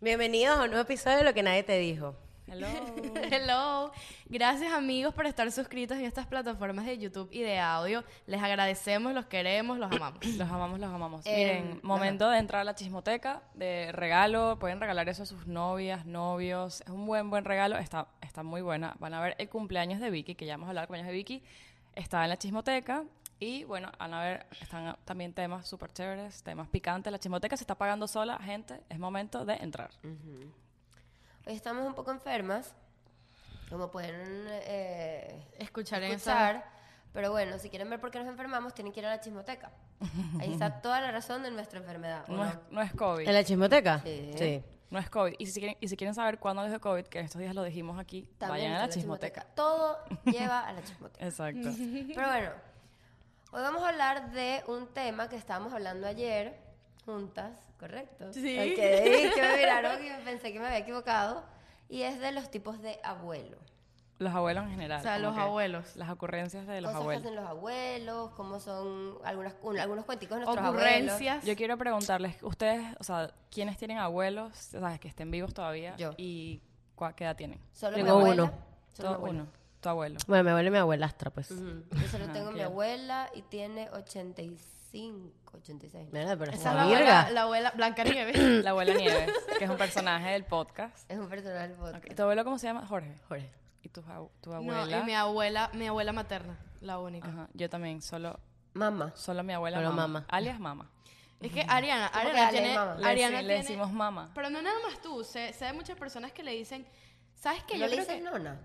Bienvenidos a un nuevo episodio de Lo que nadie te dijo. Hello. Hello. Gracias amigos por estar suscritos en estas plataformas de YouTube y de audio. Les agradecemos, los queremos, los amamos. Los amamos, los amamos. Eh, Miren, momento de entrar a la chismoteca, de regalo, pueden regalar eso a sus novias, novios. Es un buen, buen regalo, está, está muy buena. Van a ver el cumpleaños de Vicky, que ya hemos hablado del cumpleaños de Vicky, está en la chismoteca. Y bueno, van a ver, están también temas súper chéveres, temas picantes. La chismoteca se está pagando sola, gente, es momento de entrar. Hoy estamos un poco enfermas, como pueden eh, Escuchar en escuchar. Pero bueno, si quieren ver por qué nos enfermamos, tienen que ir a la chismoteca. Ahí está toda la razón de nuestra enfermedad. ¿o No no? es, no es COVID. ¿En la chismoteca? Sí. No es COVID. Y si quieren, y si quieren saber cuándo les dio COVID, que en estos días lo dijimos aquí, vayan También está a la la chismoteca. chismoteca. Todo lleva a la chismoteca. Exacto. Pero bueno, hoy vamos a hablar de un tema que estábamos hablando ayer juntas, ¿correcto? Sí. Ok, que me miraron y pensé que me había equivocado. Y es de los tipos de abuelo. Los abuelos en general. O sea, como los que abuelos. Las ocurrencias de los Cosas abuelos. que hacen los abuelos, cómo son algunas, un- algunos cuenticos de nuestros abuelos. Ocurrencias. Yo quiero preguntarles, ustedes, o sea, ¿quiénes tienen abuelos? O sea, que estén vivos todavía. Yo. ¿Y cua- qué edad tienen? Solo Tengo mi abuela. uno. Todo Solo mi abuela. uno. Tu abuelo. Bueno, mi abuela y mi abuelastra, pues. Ujú. Yo solo Ajá, tengo mi ok. abuela y tiene 85, 86. Mierda, pero Esa es la la abuela, virga. la abuela Blanca Nieves. La abuela Nieves, que es un personaje del podcast. Es un personal podcast. Ok, ¿Tu abuelo cómo se llama? Jorge. Jorge. ¿Y tu, abu- tu abuela? no, y mi abuela, mi abuela materna, la única. Ajá, yo también, solo, Mamá. solo mi abuela Solo mamá. mamá. Alias mamá. Es que Ariana, ¿Cómo que Ariana Ale, tiene, mamá? Le, Ariana deci- le tiene- decimos mamá. Pero no nada más tú, sé, sé de muchas personas que le dicen, ¿sabes qué? ¿No Yo le creo dices que nona?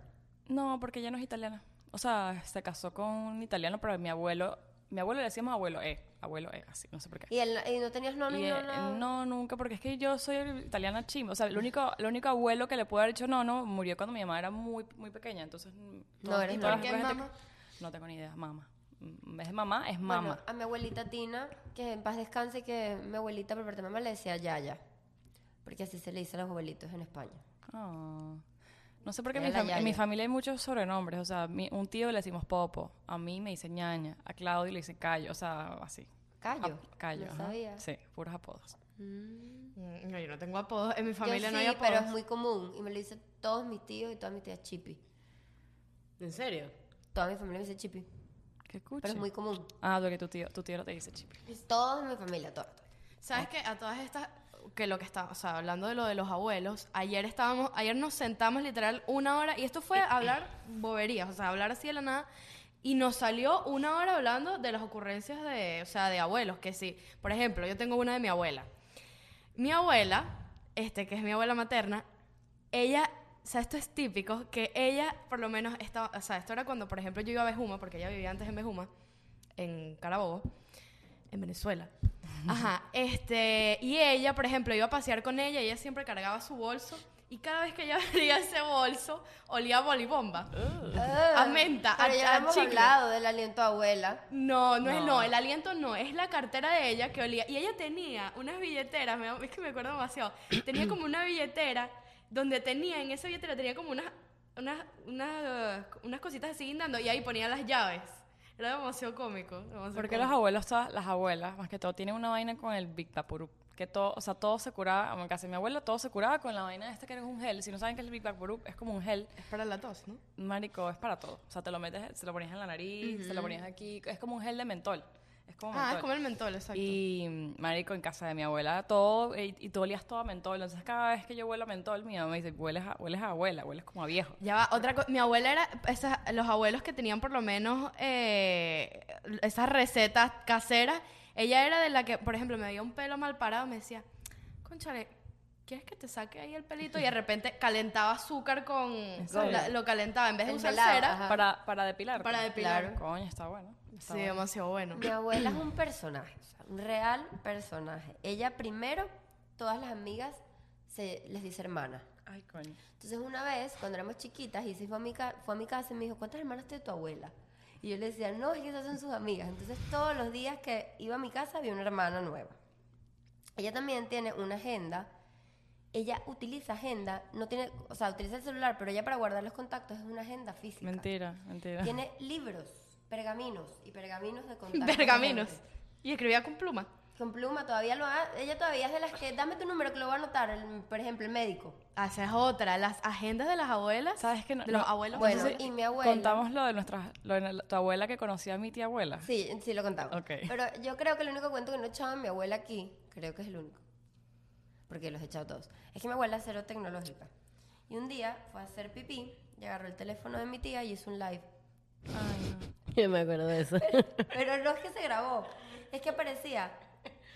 No, porque ella no es italiana. O sea, se casó con un italiano, pero mi abuelo, mi abuelo le decíamos abuelo E, abuelo E, así, no sé por qué. ¿Y, él, y no tenías nona y, Y, eh, nona? no, nunca, porque es que yo soy italiana chimba. O sea, el único, el único abuelo que le puedo haber dicho no, no, murió cuando mi mamá era muy, muy pequeña. Entonces, mm, todas- eres y todas nona. las ¿Por qué gente- mamá? No tengo ni idea, mamá. Mm, Es mamá, es Bueno, mamá. a mi abuelita Tina, que en paz descanse, que mi abuelita por parte de mamá le decía Yaya. Porque así se le dice a los abuelitos en España. Ah. No sé por qué Era mi la fam- en yaya. mi familia hay muchos sobrenombres. O sea, mi- un tío le decimos Popo, a mí me dice ñaña, a Claudio le dice Cayo, o sea, así. Callo. Ap- Cayo. No Ah, ajá. sabía. Sí, puros apodos. Mm, No, yo no tengo apodos. En mi Yo familia no hay sí, apodos. pero es muy común. Y me lo dicen todos mis tíos y todas mis tías Chipi. ¿En serio? Toda mi familia me dice Chipi. Qué cuchi. Pero es muy común. Ah, porque tu tío, tu tío no te dice chipi. Todos en mi familia, todos. todos. ¿Sabes qué? A todas estas, que lo que está, o sea, hablando de lo de los abuelos, ayer estábamos, ayer nos sentamos literal una hora, y esto fue hablar boberías, o sea, hablar así de la nada, y nos salió una hora hablando de las ocurrencias de, o sea, de abuelos, que sí, por ejemplo, yo tengo una de mi abuela. Mi abuela, este, que es mi abuela materna, ella, o sea, esto es típico, que ella, por lo menos, estaba, o sea, esto era cuando, por ejemplo, yo iba a Bejuma, porque ella vivía antes en Bejuma, en Carabobo en Venezuela. Ajá, este, y ella, por ejemplo, iba a pasear con ella, ella siempre cargaba su bolso y cada vez que ella abría ese bolso, olía a bolibomba. A menta, Pero a- ya a lo hemos chicle. hablado del aliento a abuela. No, no, es No. no, el aliento no, es la cartera de ella que olía. Y ella tenía unas billeteras, me- es que me acuerdo demasiado. Tenía como una billetera donde tenía, en esa billetera tenía como unas, unas, unas, unas cositas así guindando y ahí ponía las llaves. Era demasiado cómico. demasiado Porque cómico. los abuelos, todas las abuelas, más que todo, tienen una vaina con el Big Vaporub. Que todo, o sea, todo se curaba, en casa de mi abuelo, todo se curaba con la vaina esta que era un gel. Si no saben qué es el Big Vaporub, es como un gel. Es para la tos, ¿no? Marico, es para todo. O sea, te lo metes, se lo ponías en la nariz, se lo ponías aquí. Es como un gel de mentol. Es como Ah, mentol. es como el mentol, exacto. Y mm, marico, en casa de mi abuela todo, y, y tú olías todo a mentol. Entonces cada vez que yo huelo a mentol, mi mamá me dice, hueles a, hueles a abuela, hueles como a viejo. Ya va, otra cosa. Mi abuela era. esas- los abuelos que tenían por lo menos eh, esas recetas caseras. Ella era de la que, por ejemplo, me veía un pelo mal parado. Me decía, Conchale, ¿quieres que te saque ahí el pelito? Y de repente calentaba azúcar con. serio? la- lo calentaba en vez de El usar melado, cera. ajá. Para, para depilar. Para depilar. Claro. Coño, está bueno. está Sí, bueno. demasiado bueno. Mi abuela es un personaje, o sea, un real personaje. Ella primero, todas las amigas se les dice hermana. Ay, coño. Entonces una vez, cuando éramos chiquitas, y fue a mi, ca- fue a mi casa y me dijo, ¿cuántas hermanas tiene tu abuela? Y yo le decía, no, es que esas son sus amigas. Entonces todos los días que iba a mi casa había una hermana nueva. Ella también tiene una agenda. Ella utiliza agenda, no tiene, o sea, utiliza el celular, pero ella para guardar los contactos es una agenda física. Mentira, mentira. Tiene libros, pergaminos y pergaminos de contactos. Pergaminos. Y escribía con pluma. Con pluma todavía lo ha, ella todavía es de las que, dame tu número que lo voy a anotar, el- por ejemplo, el médico. Ah, Esa es otra, las agendas de las abuelas. ¿Sabes que no- De los no- abuelos. Bueno, Entonces, y mi abuela. Contamos lo de nuestra, lo de la- tu abuela que conocía a mi tía abuela. Sí, sí lo contamos. Ok. Pero yo creo que el único cuento que no echaba mi abuela aquí, creo que es el único, porque los he echado todos, es que mi abuela es cero tecnológica. Y un día fue a hacer pipí, y agarró el teléfono de mi tía y hizo un live. Yo me acuerdo de eso. Pero no es que se grabó, es que aparecía.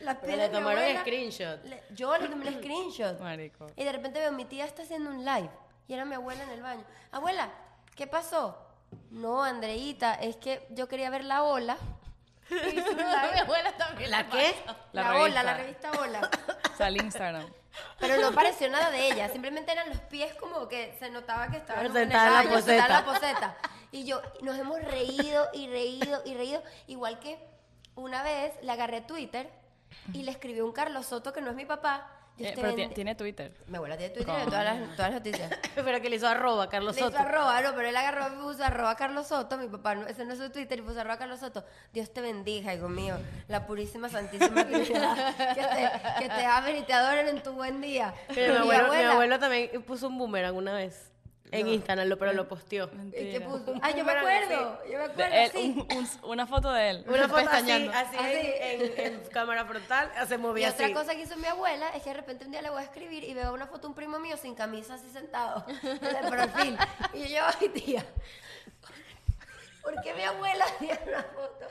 Las Pero pies le de mi tomaron abuela, screenshot. le- yo le tomé el screenshot. Marico. Y de repente veo, mi tía está haciendo un live. Y era mi abuela en el baño. Abuela, ¿qué pasó? No, Andreita, es que yo quería ver la ola. Y hice un mi live. abuela también. ¿La qué? La, La ola, revista. la revista ola. Sale Instagram. Pero no pareció nada de ella, simplemente eran los pies como que se notaba que estaban Pero como en el sentada en la baño, sentada en la poseta. poseta. Y yo, y nos hemos reído y reído y reído, igual que una vez le agarré Twitter y le escribí un Carlos Soto que no es mi papá. Yo Eh, estoy pero en- tiene, tiene Twitter. Mi abuela tiene Twitter de todas las, todas las noticias. Pero que le hizo arroba, Carlos Le hizo Soto. arroba, no, pero él agarró, puso arroba Carlos Soto, mi papá, no, ese no es su Twitter, y puso arroba Carlos Soto. Dios te bendiga, hijo mío, la purísima santísima Trinidad, que te, que te amen y te adoren en tu buen día. Pero mi abuelo, mi abuelo también puso un boomerang una vez en Instagram, lo- pero lo posteó. ¿Y qué Mentira. puso? Un Ah, yo me boomerang, acuerdo, yo me acuerdo, Él- sí. Eh, un- un- una foto de él. Una foto así, Pestañando. así, En, Así. en- en cámara frontal, se Y movía otra así. cosa que hizo mi abuela es que de repente un día le voy a escribir y veo una foto de un primo mío sin camisa así sentado en el perfil. Y yo, ay tía, ¿por qué mi abuela tiene una foto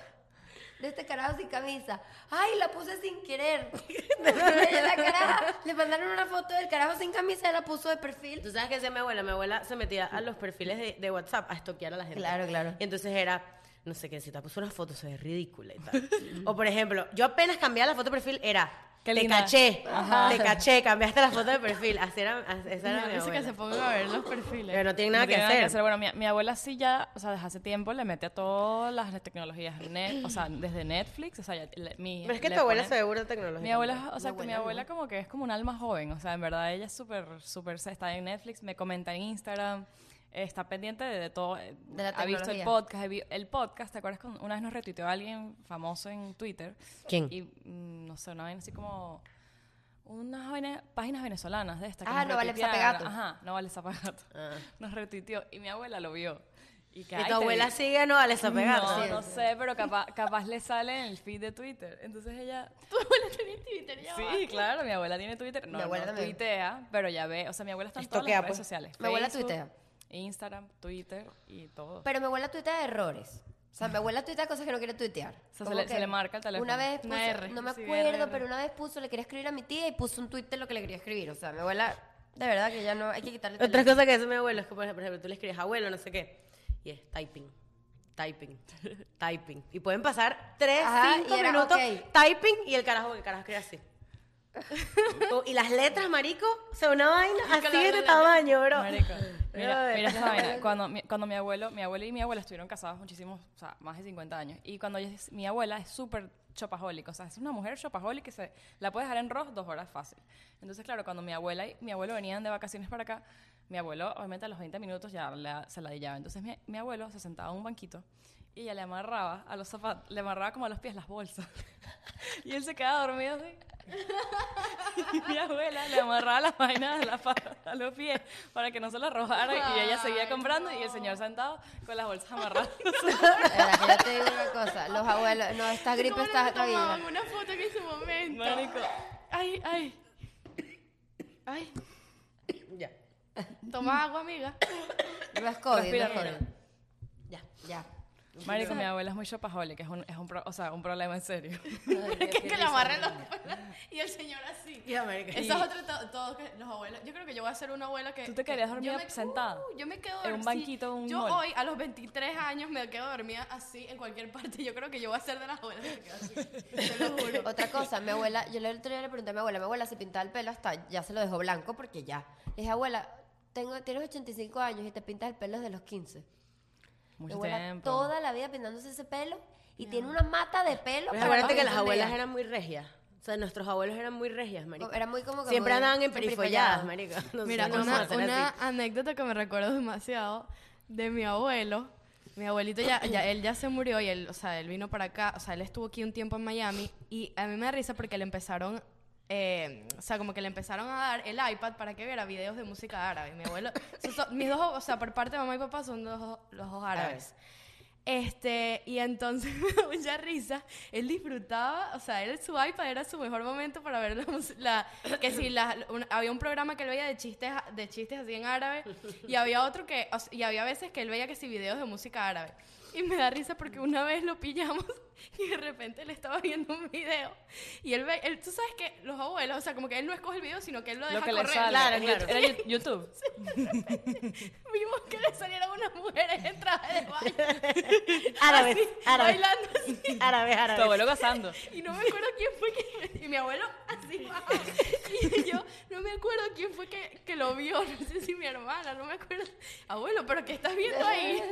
de este carajo sin camisa? Ay, la puse sin querer. La caraja, le mandaron una foto del carajo sin camisa y la puso de perfil. Tú sabes que hacía mi abuela, mi abuela se metía a los perfiles de, de WhatsApp a estoquear a la gente. Claro, claro. Y entonces era, no sé qué, si te puso una foto se ve ridícula y tal. o por ejemplo, yo apenas cambiaba la foto de perfil, era, Qué te linda. caché, te caché, cambiaste la foto de perfil. Así era, así- esa era Me mi dice que se abuela. pongan a ver los perfiles. Pero no tiene nada, No que, tiene hacer. Bueno, mi, mi abuela sí ya, o sea, desde hace tiempo le mete a todas las tecnologías, net, o sea, desde Netflix, o sea, ya le- mi... Pero es que le tu abuela pone- se ve burda de tecnología. Mi abuela, o sea, que mi abuela como que es como un alma joven, o sea, en verdad ella es súper, súper, se- está en Netflix, me comenta en Instagram, eh, está pendiente de, de todo, eh, De la ha visto el tecnología. podcast, he vi- el podcast, ¿te acuerdas? Cuando una vez nos retuiteó a alguien famoso en Twitter. ¿Quién? Y, mm, no sé, una vaina así como unas vainas- páginas venezolanas de estas. que Ah, nos no vale retuitearon. Zapagato. Ah. Ajá, no vale zapagato. Nos retuiteó y mi abuela lo vio. Y, que, Y "Ay, tu te abuela vi". sigue, no vale esa pegada. No, Sí, no sí. sé, pero capaz, capaz le sale en el feed de Twitter. Entonces ella... Tu abuela tiene Twitter, ya va. Sí, claro, mi abuela tiene Twitter. No, Mi abuela no también. tuitea, pero ya ve. O sea, mi abuela está en Estoquea, todas las pues. redes sociales. Mi abuela Facebook, tuitea. Instagram, Twitter y todo. Pero mi abuela tuitea errores. O sea, mi abuela tuitea cosas que no quiere tuitear. sea, se Como le- que se le marca el teléfono. Una vez puso, Una R, no me sí, acuerdo, RR. pero una vez puso, le quería escribir a mi tía y puso un tuit de lo que le quería escribir. O sea, mi abuela, de verdad que ya no, hay que quitarle Otra teléfono. cosa que hace mi abuelo es que, por ejemplo, tú le escribes abuelo, no sé qué, y es typing, typing, typing. Y pueden pasar 3, Ajá, 5 y era, minutos ok. typing y el carajo, el carajo escribe así. O- y las letras, marico, o sea, una vaina así de este tamaño, bro. Marico, mira, Brother. mira esa vaina. Cuando, mi, cuando mi abuelo, mi abuelo y mi abuela estuvieron casados muchísimos, o sea, más de 50 años. Y cuando ella es- mi abuela es súper chopajólica, o sea, es una mujer chopajólica que se la puede dejar en rojo dos horas fácil. Entonces, claro, cuando mi abuela y mi abuelo venían de vacaciones para acá, mi abuelo, obviamente a los 20 minutos ya la- se la dillaba. Entonces, mi, mi abuelo se sentaba en un banquito y ella le amarraba a los zapatos, le amarraba como a los pies las bolsas. y él se quedaba dormido así. Y mi abuela le amarraba las vainas a, la pa- a los pies para que no se las robaran y ella seguía comprando y el señor sentado con las bolsas amarradas. De verdad que yo te digo una cosa, los abuelos, no, esta gripe ¿Cómo no está me tomaban jodida. una foto en ese momento. Marico. Ay, ay. Ay, Ya, toma agua, amiga. No es COVID, no Respira, es COVID. ya. Ya. Marico, mi abuela es muy shopaholic, es un, es un, pro- o sea, un problema en serio. Porque es que lo amarran los y el señor así. Ya, marica. Eso es otro, to- todo que- los abuelos. Yo creo que yo voy a ser una abuela que. ¿Tú te que- querías yo dormir me- sentada? Uh, yo me quedo En un dorm- banquito, sí, un Yo mall. hoy, a los 23 años, me quedo dormida así en cualquier parte. Yo creo que yo voy a ser de las abuelas que se quedan así. Te lo juro. Otra cosa, mi abuela, yo el otro día le pregunté a mi abuela, mi abuela se pintaba el pelo hasta, ya se lo dejó blanco porque ya. Le dije, abuela, tengo, tienes 85 años y te pintas el pelo desde los 15. Mi Mucho abuela tiempo. toda la vida pintándose ese pelo y tiene una mata de pelo. Pero para Pues acuérdate que pintarse las un abuelas día. eran muy regias. O sea, nuestros abuelos eran muy regias, marico. Era muy como que Siempre muy- andaban en siempre perifolladas, folladas. marico. No sé, Mira, no vamos a una, hacer así. una anécdota que me recuerdo demasiado de mi abuelo Mi abuelito ya, ya- él ya se murió y él, o sea, él vino para acá, o sea, él estuvo aquí un tiempo en Miami y a mí me da risa porque le empezaron, eh, o sea, como que le empezaron a dar el iPad para que viera videos de música árabe. Mi abuelo, so- so- mis dos, o sea, por parte de mamá y papá son los, dos- los dos árabes. Este, y entonces me da mucha risa. Él disfrutaba, o sea, él, su iPad era su mejor momento para ver la música. Que si la- un- había un programa que él veía de chistes, de chistes así en árabe, y había otro que, o sea, y había veces que él veía que si videos de música árabe. Y me da risa porque una vez lo pillamos y de repente él estaba viendo un video. Y él ve, él, tú sabes que los abuelos, o sea, como que él no escoge el video, sino que él lo deja Lo que le correr. sale. claro, en claro. Yu- Era Yu- YouTube. Vimos que le salieron unas mujeres en traje de baño, Árabes, árabes, bailando así. árabes, Tu árabes. abuelo casando. Y no me acuerdo quién fue que... Y mi abuelo así bajo. Y yo no me acuerdo quién fue que, que lo vio. No sé si mi hermana, no me acuerdo. Abuelo, ¿pero qué estás viendo ahí?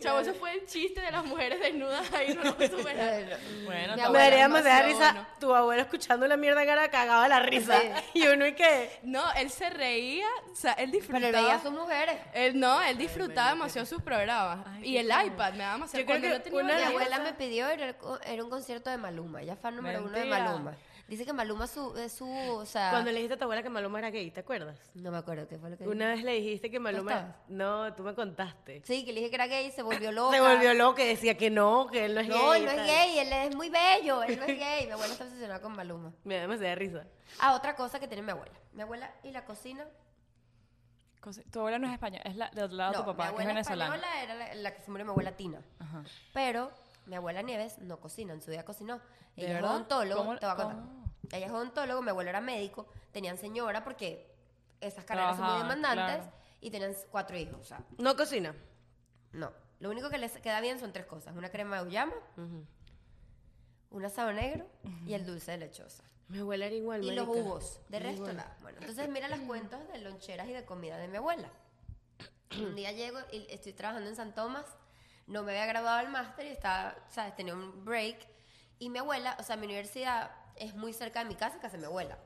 Chavo, eso fue el chiste de las mujeres desnudas ahí. No lo voy a superar. Bueno, Mi tu Me abuela abuelo. daría más de dar demasiado risa tu abuelo escuchando la mierda cara cagaba la risa. Y uno y que. No, él se reía. O sea, él disfrutaba. Pero él veía a sus mujeres. Él no, él disfrutaba demasiado sus programas. y el iPad me daba demasiado. Yo creo cuando que no tenía una de Mi la variedad- abuela me pidió era, el co- era un concierto de Maluma, ella es fan número uno de Mentira. Maluma. Dice que Maluma su, es su, o sea, Cuando le dijiste a tu abuela que Maluma era gay, ¿te acuerdas? no me acuerdo qué fue lo que dijo. Una vez le dijiste que Maluma. estabas? No, tú me contaste. Sí, que le dije que era gay, se volvió loca. Se volvió loco que decía que no, que él no es gay. No, y él no es tal. gay, él es muy bello, él no es gay. Mi abuela está obsesionada con Maluma. Me da demasiada risa. Ah, otra cosa que tiene mi abuela. Mi abuela y la cocina. Cosa- Tu abuela no es española, es la, del otro lado de no, tu mi papá, que es abuela venezolana. española era la, la que se murió mi abuela Tina. Ajá. Pero mi abuela Nieves no cocina, en su día cocinó. ¿De Ella es verdad? odontólogo, ¿Cómo- te voy a contar. cómo? Ella es odontólogo, mi abuelo era médico, tenían señora porque esas carreras son muy Trabajaban, demandantes claro. y tenían cuatro hijos, o sea, No cocina. no. Lo único que les queda bien son tres cosas, una crema de uyama, un asado negro y el dulce de lechosa. Mi abuela era igual. Y los marica. jugos. De resto, nada. Bueno, entonces mira las cuentas de loncheras y de comida de mi abuela. Un día llego y estoy trabajando en San Tomás. No me había graduado el máster y estaba, ¿sabes? Tenía un break. Y mi abuela, o sea, mi universidad es muy cerca de mi casa, casa de mi abuela.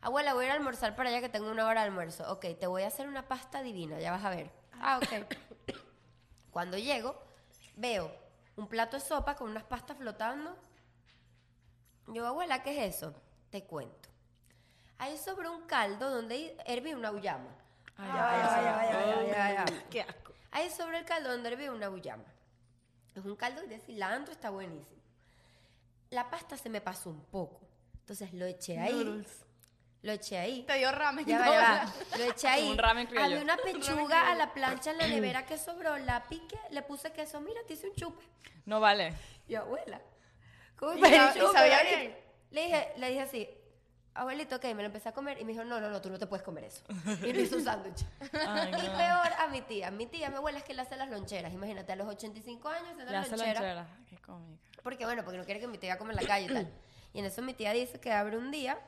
Abuela, voy a ir a almorzar para allá que tengo una hora de almuerzo. Ok, te voy a hacer una pasta divina, ya vas a ver. Ah, ok. Cuando llego, veo un plato de sopa con unas pastas flotando. Yo, abuela, ¿qué es eso? Te cuento. Ahí sobre un caldo donde herví una uyama. Ay, ya, pero sí. Qué asco. Ahí sobre el caldo donde herví una uyama. Es un caldo de cilantro, está buenísimo. La pasta se me pasó un poco. Entonces lo eché ahí. Lo eché ahí. Te dio ramen. Ya tu va, ya abuela. va. Lo eché ahí. Un ramen criollo. Había una pechuga a la plancha en la nevera que sobró. La piqué, le puse queso. Mira, te hice un chupe. No vale. Y abuela. ¿Cómo Y que sab- chupe, y sabía abuelito? bien. Le dije, le dije así, abuelito, ok, me lo empecé a comer. Y me dijo, no, no, no, tú no te puedes comer eso. Y me hizo un sándwich. Ay, Y no. peor a mi tía. Mi tía, mi abuela, es que le hace las loncheras. Imagínate, a los 85 años hace Le las hace loncheras. lonchera. Qué cómica. Porque bueno, porque no quiere que mi tía coma en la calle y tal. Y en eso mi tía dice que abre un día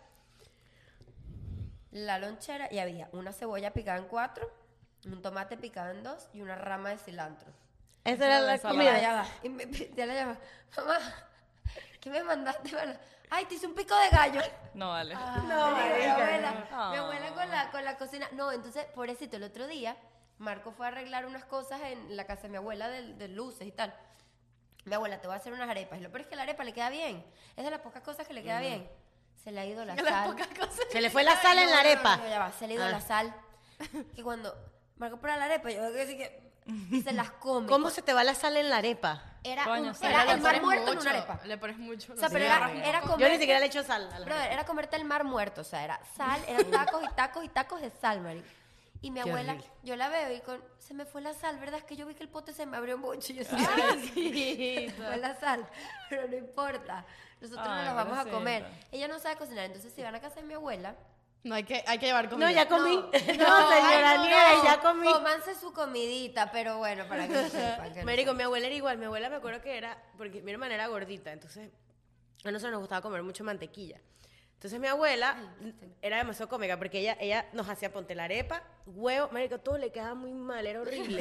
la lonchera y había una cebolla picada en cuatro, un tomate picado en dos y una rama de cilantro. Esa era la Y la comida. llama, y mi mi tía la llama, mamá, ¿qué me mandaste? Para... Ay, te hice un pico de gallo. No vale. No, mi abuela, Ah. mi abuela con la, con la cocina. No, entonces, pobrecito, el otro día, Marco fue a arreglar unas cosas en la casa de mi abuela de, de luces y tal. Mi abuela, te voy a hacer unas arepas. Y lo peor es que la arepa le queda bien. Es de las pocas cosas que le queda bien. Se le ha ido la Las sal. pocas cosas. Se le fue la sal en No, la no, no, arepa. no, ya va, se le ha ido Ah. la sal. Que cuando Marco pone la arepa, yo así que y se las come. ¿Cómo se te va la sal en la arepa? Era, Coño, un- sí. era Le el mar pones muerto en mucho, una arepa. Le pones mucho. O sea, no pero sé. era, era Yo ni comer- siquiera le echo sal a la Brother, era comerte el mar muerto, o sea, era sal, eran tacos y tacos y tacos de sal, marico. Y mi Qué abuela, horrible. yo la veo y con, se me fue la sal, ¿verdad? Es que yo vi que el pote se me abrió mucho y yo Ah, sí, se me fue la sal, pero no importa, nosotros Ay, nos los vamos a pobrecita. comer. Ella no sabe cocinar, entonces si van a casa de mi abuela, No, hay que, hay que llevar comida. No, ya comí. No, no, señora ay, no, Nieves, no, ya comí. Cómanse su comidita, pero bueno, para que sepan. que no Marico, saben. mi abuela era igual. Mi abuela me acuerdo que era, porque mi hermana era gordita, entonces a nosotros nos gustaba comer mucho mantequilla. Entonces mi abuela era demasiado cómica porque ella, ella nos hacía ponte la arepa, huevo, marico, todo le quedaba muy mal, era horrible.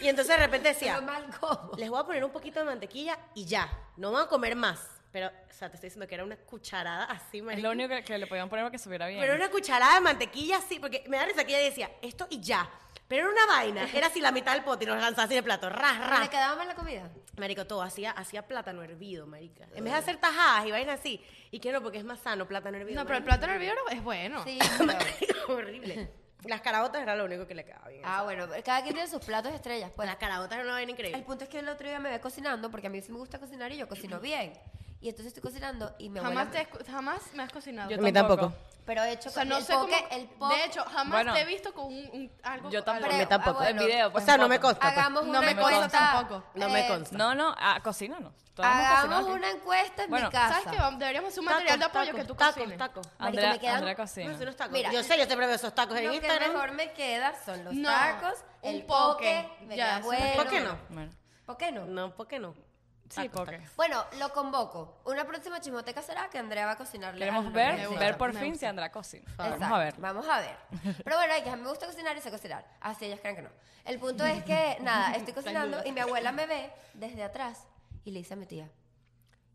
y entonces de repente Pero decía, mal como. les voy a poner un poquito de mantequilla y ya, no van a comer más. Pero, o sea, te estoy diciendo que era una cucharada así, Es marico. lo único que, que le podían poner para que estuviera bien. Pero una cucharada de mantequilla así, porque me da risa que ella decía, esto y ya. Pero era una vaina. Era así la mitad del pote y nos lanzaba así en el plato. Ras, ¿Le ras. quedaba mal la comida? Marico, todo. Hacía, hacía plátano hervido, marica. En vez de hacer tajadas y vainas así. Y que no, porque es más sano plátano hervido. No, pero el marico. plátano hervido es bueno. Sí. pero- horrible. Las caraotas era lo único que le quedaba bien. Ah, bueno, pero cada quien tiene sus platos estrellas. Pues Pues las caraotas eran una vaina el increíble. punto es que el otro día me ve cocinando, porque a mí sí me gusta cocinar y yo cocino bien. Y entonces estoy cocinando y me Jamás, te, he escu- jamás me has cocinado. Yo A mí tampoco. tampoco. Pero he hecho o sea, no el sé poke- cómo. el poke- de hecho, jamás Bueno. te he visto con un, un- algo. Yo tampoco. algo- Pero- me tampoco. ah, en bueno. video, pues, o sea, no en me foto. consta. pues. hagamos No una me consta encuesta. tampoco. No me consta. No, no, a, cocínanos. Todas hemos cocinado Hagamos aquí. una encuesta en mi Bueno, casa. ¿Sabes qué? Vamos, Deberíamos hacer un material de apoyo que tú tacos, cocines. tacos. Marico, Andrea, me quedan- Andrea No, cocina. son unos tacos. Mira. yo sé, yo siempre veo esos tacos en Lo que Instagram. mejor me queda son los No, tacos, un el poke, poke. me Ya, queda sí. bueno. ¿Por qué no? Bueno, ¿Por qué no? No, ¿por qué no? sí, Tacos, porque. tacos. Bueno, lo convoco. Una próxima chismoteca será que Andrea va a cocinarle. a Queremos los ver, novios. gusta, ver por me fin gusta. si Andrea cocina. Exacto, Vamos a ver. Vamos a ver. Pero bueno, hay que- me gusta cocinar y sé cocinar. Así ellas creen que no. El punto es que, nada, estoy cocinando y mi abuela me ve desde atrás y le dice a mi tía,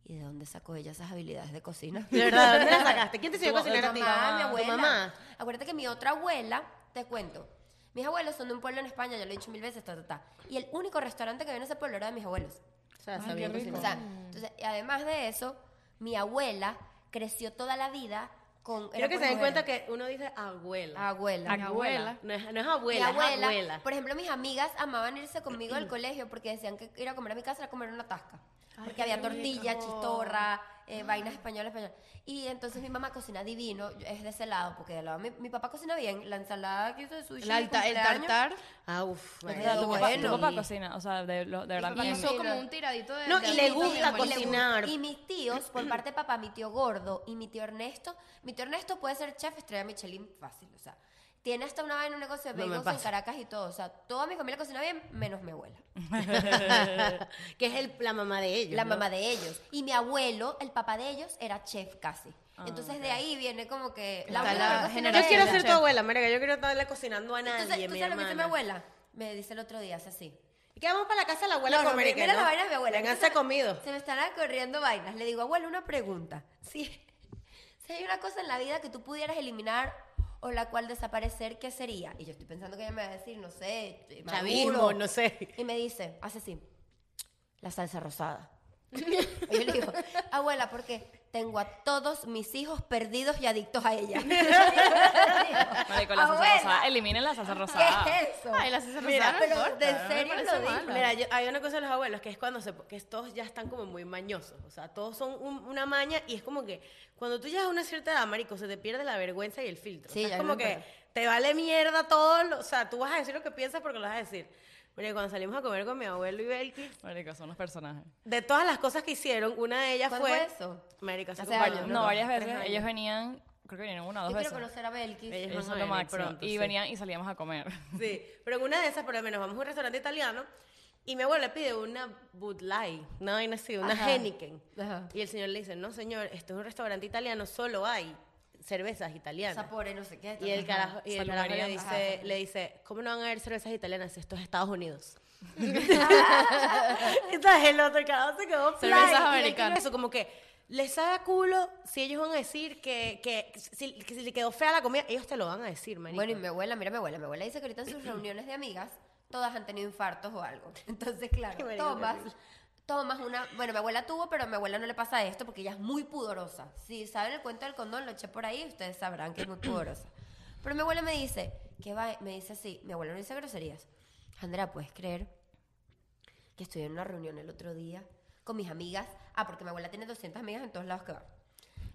¿y de dónde sacó ella esas habilidades de cocina? De verdad, ¿dónde la sacaste? ¿Quién te enseñó a Tu- cocinar a ti? Ah, tu mamá, mi Tu abuela. mamá. Acuérdate que mi otra abuela, te cuento. Mis abuelos son de un pueblo en España, ya lo he dicho mil veces, ta, ta, ta. Y el único restaurante que había en ese pueblo era de mis abuelos. O sea, Ay, sabía qué rico. cocinar. O sea, entonces, y además de eso, mi abuela creció toda la vida con... era Quiero que pues se den mujer. cuenta que uno dice abuela. Abuela. Mi abuela. No es, no es Mi abuela, es abuela, abuela. Por ejemplo, mis amigas amaban irse conmigo al colegio porque decían que ir a comer a mi casa era comer una tasca. Porque había tortilla, chistorra, eh, vainas españolas, españolas. Y entonces mi mamá cocina divino, yo- es de ese lado, porque de lado, mi, mi papá cocina bien, la ensalada que hizo de sushi. El, Pues de alta- el cumpleaños. tartar Ah, uff. Pero O sea, tu papá- Bueno. Tu papá cocina, o sea, de, lo- de verdad. papá mi- cocina. hizo como un tiradito de. No, de pues, y le alitas, gusta mi Y le abuelita. cocinar. gusta. Y mis tíos, por parte de papá, mi tío gordo y mi tío Ernesto, mi tío Ernesto puede ser chef estrella Michelin fácil, o sea. Tiene hasta una vaina en un negocio de No me bagels en pasa. Caracas y todo. O sea, toda mi familia cocina bien, menos mi abuela. que es el- la mamá de ellos. la ¿no? mamá de ellos. Y mi abuelo, el papá de ellos, era chef casi. Entonces de ahí viene como que Ah, Está abuela la que cocina generación. Yo era quiero ella. ser tu Chef. abuela, marica. Yo quiero estarle cocinando a nadie, Entonces, ¿tú mi sabes lo que dice mi hermana. abuela? Me dice el otro día, es así. Y que vamos para la casa de la abuela No, no, a comer. y mira, que mira no. la vaina de mi abuela. Vengan, Entonces, se ha comido. Se me están corriendo vainas. Le digo, abuela, una pregunta. Si, si hay una cosa en la vida que tú pudieras eliminar o la cual desaparecer, ¿qué sería? Y yo estoy pensando que ella me va a decir, no sé, eh, Maduro. Chavismo, no sé. Y me dice, hace así, la salsa rosada. y yo le digo, abuela, porque tengo a todos mis hijos perdidos y adictos a ella. Marico, la salsa Abuela, rosada. Eliminen la salsa ¿Qué rosada. es eso? Ay, la salsa rosada Mira, no pero importa, de no me serio parece lo digo. malo. Mira, yo- hay una cosa de los abuelos que es cuando se, que todos ya están como muy mañosos, o sea, todos son un- una maña y es como que cuando tú llegas a una cierta edad, marico, se te pierde la vergüenza y el filtro. O Sí, sea, ya es como no que importa. te vale mierda todo, lo- o sea, tú vas a decir lo que piensas porque lo vas a decir. Mira, cuando salimos a comer con mi abuelo y Belkis, Marico, son los personajes. de todas las cosas que hicieron, una de ellas ¿Cuándo fue fue eso? Marico, hace Hace como años, años. No, no, varias tres veces. años. Ellos venían, creo que vinieron una o dos Yo quiero veces. conocer a Belkis. Ella- Ellos Ellos son van a lo venir máximo. pronto, y sí. venían y salíamos a comer. Sí, pero en una de esas, por lo menos, vamos a un restaurante italiano y mi abuelo le pide una Bud Light, una vaina así, una Ajá. Heineken. Ajá. Y el señor le dice, no señor, esto es un restaurante italiano, solo hay cervezas italianas. Sapore, no sé qué. y el carajo, y el carajo le, Saludarían. dice, le dice, ¿cómo no van a haber cervezas italianas si esto es Estados Unidos? Entonces el otro carajo se quedó fly. Cervezas Y él americanas. tiene Eso, como que les sabe a culo si ellos van a decir que, que, si, que si le quedó fea la comida, ellos te lo van a decir, marico. Bueno, y mi abuela, mira mi abuela, mi abuela dice que ahorita en sus reuniones de amigas todas han tenido infartos o algo. Entonces, claro, Qué marido, tomas, qué horrible. tomas una, bueno, mi abuela tuvo, pero a mi abuela no le pasa esto porque ella es muy pudorosa. Si saben el cuento del condón, lo eché por ahí, ustedes sabrán que es muy pudorosa. Pero mi abuela me dice, que va, me dice así, mi abuela no dice groserías. Andrea, ¿puedes creer que estoy en una reunión el otro día con mis amigas? Ah, porque mi abuela tiene 200 amigas en todos lados que va.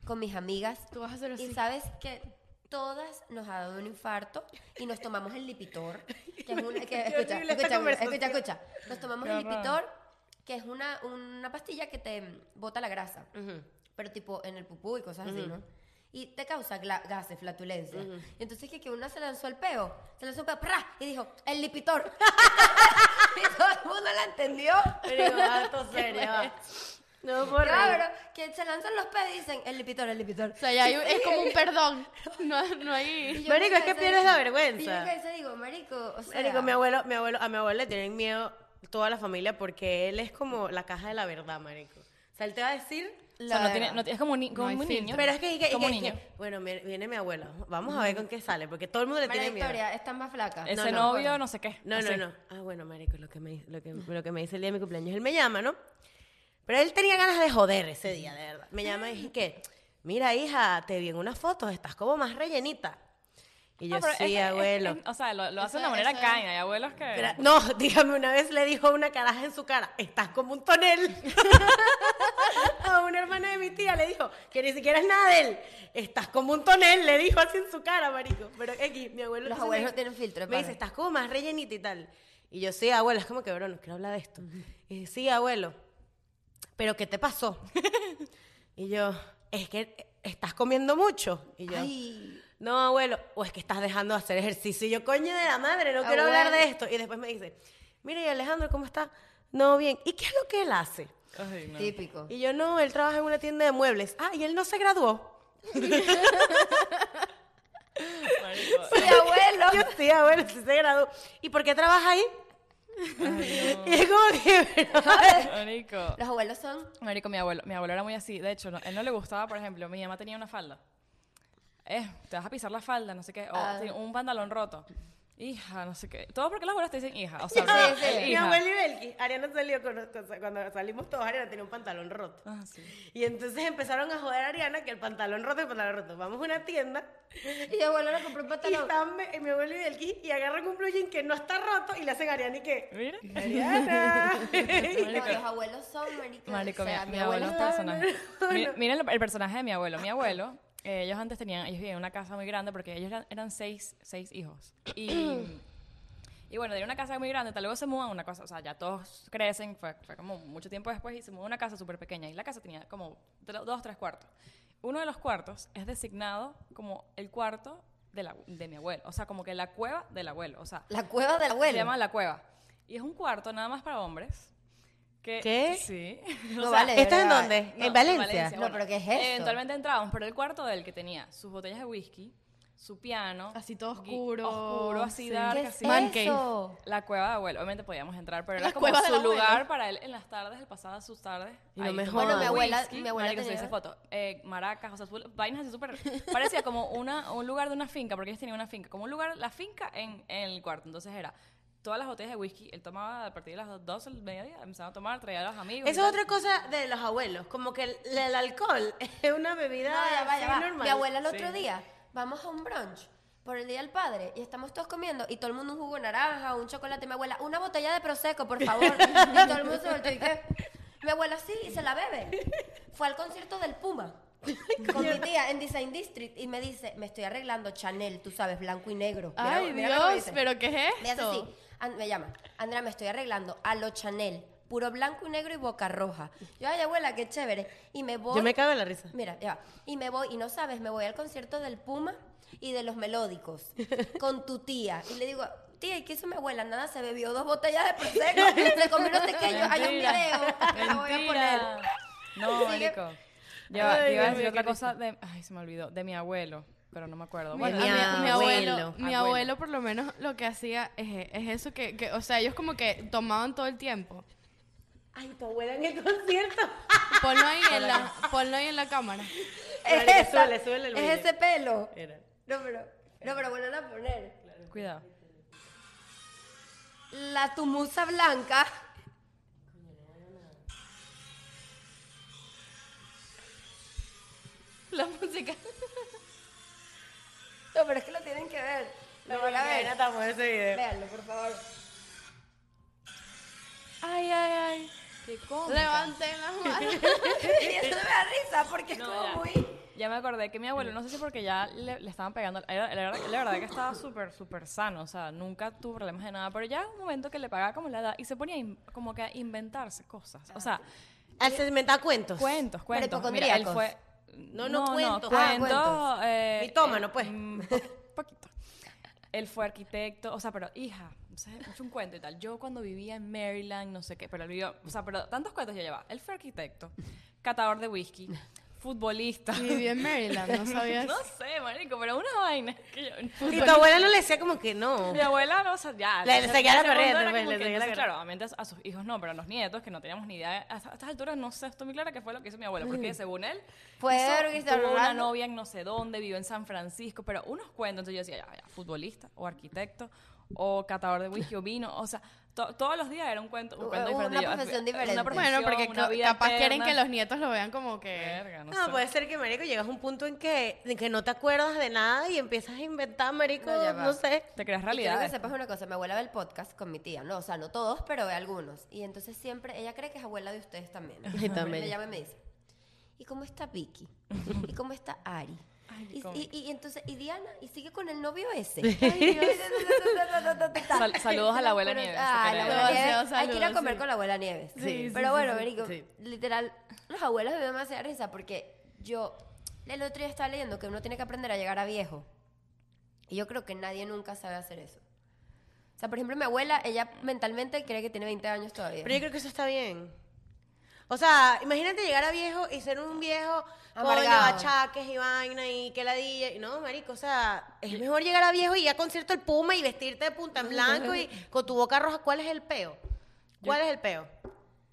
Con mis amigas Tú vas a hacer y así. sabes que todas nos ha dado un infarto y nos tomamos el lipitor. Que es una, que- Qué escucha, horrible esta escucha, conversación. escucha, escucha. Nos tomamos Qué el horror. lipitor, que es una, una pastilla que te mm, bota la grasa. Pero tipo en el pupú y cosas así, ¿no? Y te causa gla- gases, flatulencia. Y entonces que, que una se lanzó al peo, se lanzó al peo, ¡prá! y dijo, el lipitor. y todo el mundo la entendió. Pero digo, ah, esto serio. va. No, por Claro, que se lanzan los pedos y dicen, el lipitor, el lipitor. O sea, ya hay un- es como un perdón. No, no Y hay. yo Marico, me es que cansé, pierdes la Y yo vergüenza. me cansé, digo, marico, o sea... Marico, mi abuelo, mi abuelo, a mi abuelo le tienen miedo toda la familia porque él es como la caja de la verdad, marico. O sea, él te va a decir O sea, La no tiene, verdad. no tiene- es como un, ni- como hay un filtro. niño. Pero es que, y que- y como que- un niño. bueno, mi- viene mi abuelo. Vamos a ver con qué sale, porque todo el mundo le María tiene miedo. Victoria, está más flaca. no, Ese novio, bueno. no sé qué. No, no, así. no. Ah, bueno, marico, lo que, me, lo, que, lo que me dice el día de mi cumpleaños. Él me llama, ¿no? Pero él tenía ganas de joder ese día, de verdad. Me llama y dije que, mira, hija, te vi en unas fotos, estás como más rellenita. Y yo, Ah, pero es- sí, es- es- abuelo. o sea, lo, lo hacen de Eso- manera eso- caña. Hay abuelos que. Pero, no, dígame, una vez le dijo a una caraja en su cara, estás como un tonel. a una hermana de mi tía le dijo, que ni siquiera es nada de él, estás como un tonel, le dijo así en su cara, marico. Pero X, mi abuelo... Los entonces abuelos me- no tienen filtro, Me pana. dice, estás como más rellenita y tal. Y yo, sí, abuela, es como que, bro, no quiero hablar de esto. Y dice, sí, abuelo, ¿pero qué te pasó? y yo, es que eh, estás comiendo mucho. Y yo... Ay, No, abuelo, o es que estás dejando de hacer ejercicio. Y yo, coño de la madre, no quiero hablar de Abuelo. esto. Y después me dice, mire, ¿y Alejandro, ¿cómo está? No, bien. ¿Y qué es lo que él hace? Ay, no. típico. Y yo, no, él trabaja en una tienda de muebles. Ah, y él no se graduó. Marico. Sí, abuelo. Yo, sí, abuelo, sí se graduó. ¿Y por qué trabaja ahí? Y es como que, pero- Marico. Los abuelos son... Marico, mi abuelo, mi abuelo era muy así. De hecho, no- él no le gustaba, por ejemplo, mi mamá tenía una falda. Eh, te vas a pisar la falda, no sé qué. O Ah. sí, un pantalón roto. Hija, no sé qué. Todo porque las abuelas te dicen hija. O sea, Sí, bro, sí. el mi hija. abuelo y Belki, Ariana salió con, con- cuando salimos todos, Ariana tenía un pantalón roto. Ah, sí. Y entonces empezaron a joder a Ariana que el pantalón roto, el pantalón roto. Vamos a una tienda Y mi abuelo le compró un Y pantalón. están me- mi abuelo y Belkis y agarran un blue jean que no está roto y le hacen a Ariana y que. Mira. ¡Ariana! No, los abuelos son, marica. Marico, o sea, mi, mi abuelo es un está- personaje. Mi- Miren el, el personaje de mi abuelo. Mi abuelo, eh, ellos antes tenían, ellos vivían en una casa muy grande porque ellos eran, eran seis, seis hijos. Y, y bueno, tenían una casa muy grande, tal vez se mudan a una casa, o sea, ya todos crecen, fue, fue como mucho tiempo después y se mudó a una casa súper pequeña. Y la casa tenía como tre- dos, tres cuartos. Uno de los cuartos es designado como el cuarto de, la- de mi abuelo, o sea, como que la cueva del abuelo, o sea, La cueva del abuelo. se llama la cueva. Y es un cuarto nada más para hombres. Que, ¿Qué? Sí. No vale, de ¿Esto es en verdad. dónde? No, ¿En Valencia? No, pero ¿qué es eso? Eventualmente entrábamos, pero el cuarto del que tenía sus botellas de whisky, su piano. Así todo gui- oscuro, Oscuro, así sí. dark, ¿Qué es así. Man eso? La cueva de abuelo. Obviamente podíamos entrar, pero La era como cueva del su abuelo. lugar para él en las tardes, él pasaba sus tardes. Y no me jodas. tomando Bueno, mi abuela- whisky. mi abuela Marico, se tenía- hizo foto. Eh, maracas, o sea, su- vainas así súper... Parecía como una, un lugar de una finca, porque ellos tenían una finca. Como un lugar, la finca en, en el cuarto. Entonces era... Todas las botellas de whisky, él tomaba a partir de las 12 del mediodía, empezaba a tomar, traía a los amigos. y Eso es tal. otra cosa de los abuelos, como que el, el alcohol es una bebida No, ya va, ya así va. normal. Mi abuela el otro día, vamos a un brunch por el Día del Padre y estamos todos comiendo y todo el mundo un jugo de naranja, un chocolate. Mi abuela, una botella de prosecco, por favor. y todo el mundo se volteó y qué. Mi abuela sí, y se la bebe. Fue al concierto del Puma. Con mi tía en Design District y me dice, me estoy arreglando Chanel, tú sabes, blanco y negro. Mira- Ay, mira cómo Dios, dice. pero ¿qué es Me hace esto? así, An- me llama, Andrea, me estoy arreglando a lo Chanel, puro blanco y negro y boca roja. Yo, ay, abuela, qué chévere. Y me voy. Yo me cago en la risa. Mira, ya. va. Y me voy, y no sabes, me voy al concierto del Puma y de los Melódicos con tu tía. Y le digo, tía, ¿y qué hizo mi abuela? Nada, se bebió dos botellas de prosecco, se comió no sé qué. Yo, hay un Mentira. video que la voy a Mentira. poner. No, Sigue. marico. Ya va, Ay, te iba Dios a decir mío, otra qué cosa de... Ay, se me olvidó. De mi abuelo, pero no me acuerdo. Bueno, Mi a mi, mi abuelo, abuelo. mi Abuelo. abuelo por lo menos lo que hacía es, es eso que, que, o sea, ellos como que tomaban todo el tiempo. Ay, tu abuela en el concierto. Ponlo ahí en la, ponlo ahí en la cámara. Es, Marica, esa- súbele, súbele el es video. ese pelo. Era. No, pero, no, pero vuelven a poner. Cuidado. La tumusa blanca. La música. No, pero es que lo tienen que ver. Lo van a ver. estamos en ese video. Véanlo, por favor. Ay, ay, ay. ¿Qué cómo? Levanten las manos. y eso me da risa porque es como No, ya, muy... ya me acordé que mi abuelo, no sé si porque ya le, le estaban pegando, era- era- la verdad que estaba súper, súper sano, o sea, nunca tuvo problemas de nada, pero ya un momento que le pagaba como la edad y se ponía a in- como que a inventarse cosas, o sea, Al se inventaba cuentos. cuentos, cuentos. Mira, él hipocondríacos. fue... Ah, No, no, cuentos. cuentos. Ah, cuentos. eh, Mitómano, pues. mm, po- poquito. Él fue arquitecto, o sea, pero hija, o sea, es un cuento y tal. Yo cuando vivía en Maryland, no sé qué, pero él vivió, o sea, pero tantos cuentos yo llevaba. Él fue arquitecto, catador de whisky, futbolista. Vivió en Maryland, no sabías. No sé, marico, pero una vaina. que yo- Y tu abuela no le decía como que no. Mi abuela, no, o sea, ya. Le- le ya- seguía la ya se corriente, pues, contó, era como le que, seguía la entonces, Claro, obviamente a sus hijos no, pero a los nietos que no teníamos ni idea. A, a estas alturas no sé, estoy muy clara que fue lo que hizo mi abuela, porque según él, Mm. Fue hizo- ver a Cristiano tuvo una Ronaldo. novia en no sé dónde, vivió en San Francisco, pero unos cuentos. Entonces yo decía, ya, ya, futbolista, o arquitecto, o catador de whisky o vino, o sea, to- todos los días era un cuento, un U- cuento una diferente. Yo, profesión eh, diferente. Una profesión, Bueno, porque una ca- vida capaz quieren eterna. que los nietos lo vean como que. Verga, no, No, Ah, sé. pues, puede ser que, marico, llegas a un punto en que, en que no te acuerdas de nada y empiezas a inventar, marico, No, ya no, va. sé. Te creas Y quiero realidad. que sepas una cosa, mi abuela ve el podcast con mi tía, no, o sea, no todos, pero ve algunos. Y entonces siempre, ella cree que es abuela de ustedes también. Y también. Me llama y me dice, ¿y cómo está Vicky? ¿Y cómo está Ari? Ay, y, cómo- y- y entonces, ¿y Diana? ¿Y sigue con el novio ese? Sal- saludos a la abuela Nieves, Ah, te la queremos. abuela Nieves. Demasiado Hay que ir a saludos, comer sí. con la abuela Nieves. Sí, Pero sí, bueno, sí, sí, Benico, sí. literal, los abuelos me dan demasiada risa porque yo el otro día estaba leyendo que uno tiene que aprender a llegar a viejo. Y yo creo que nadie nunca sabe hacer eso. O sea, por ejemplo, mi abuela, ella mentalmente cree que tiene 20 años todavía. Pero yo creo que eso está bien. O sea, imagínate llegar a viejo y ser un viejo con Amargado. achaques y vaina y que ladilla. Y No, marico, o sea, es mejor llegar a viejo y ir a concierto el Puma y vestirte de punta en blanco y con tu boca roja. ¿Cuál es el peo? ¿Cuál es el peo?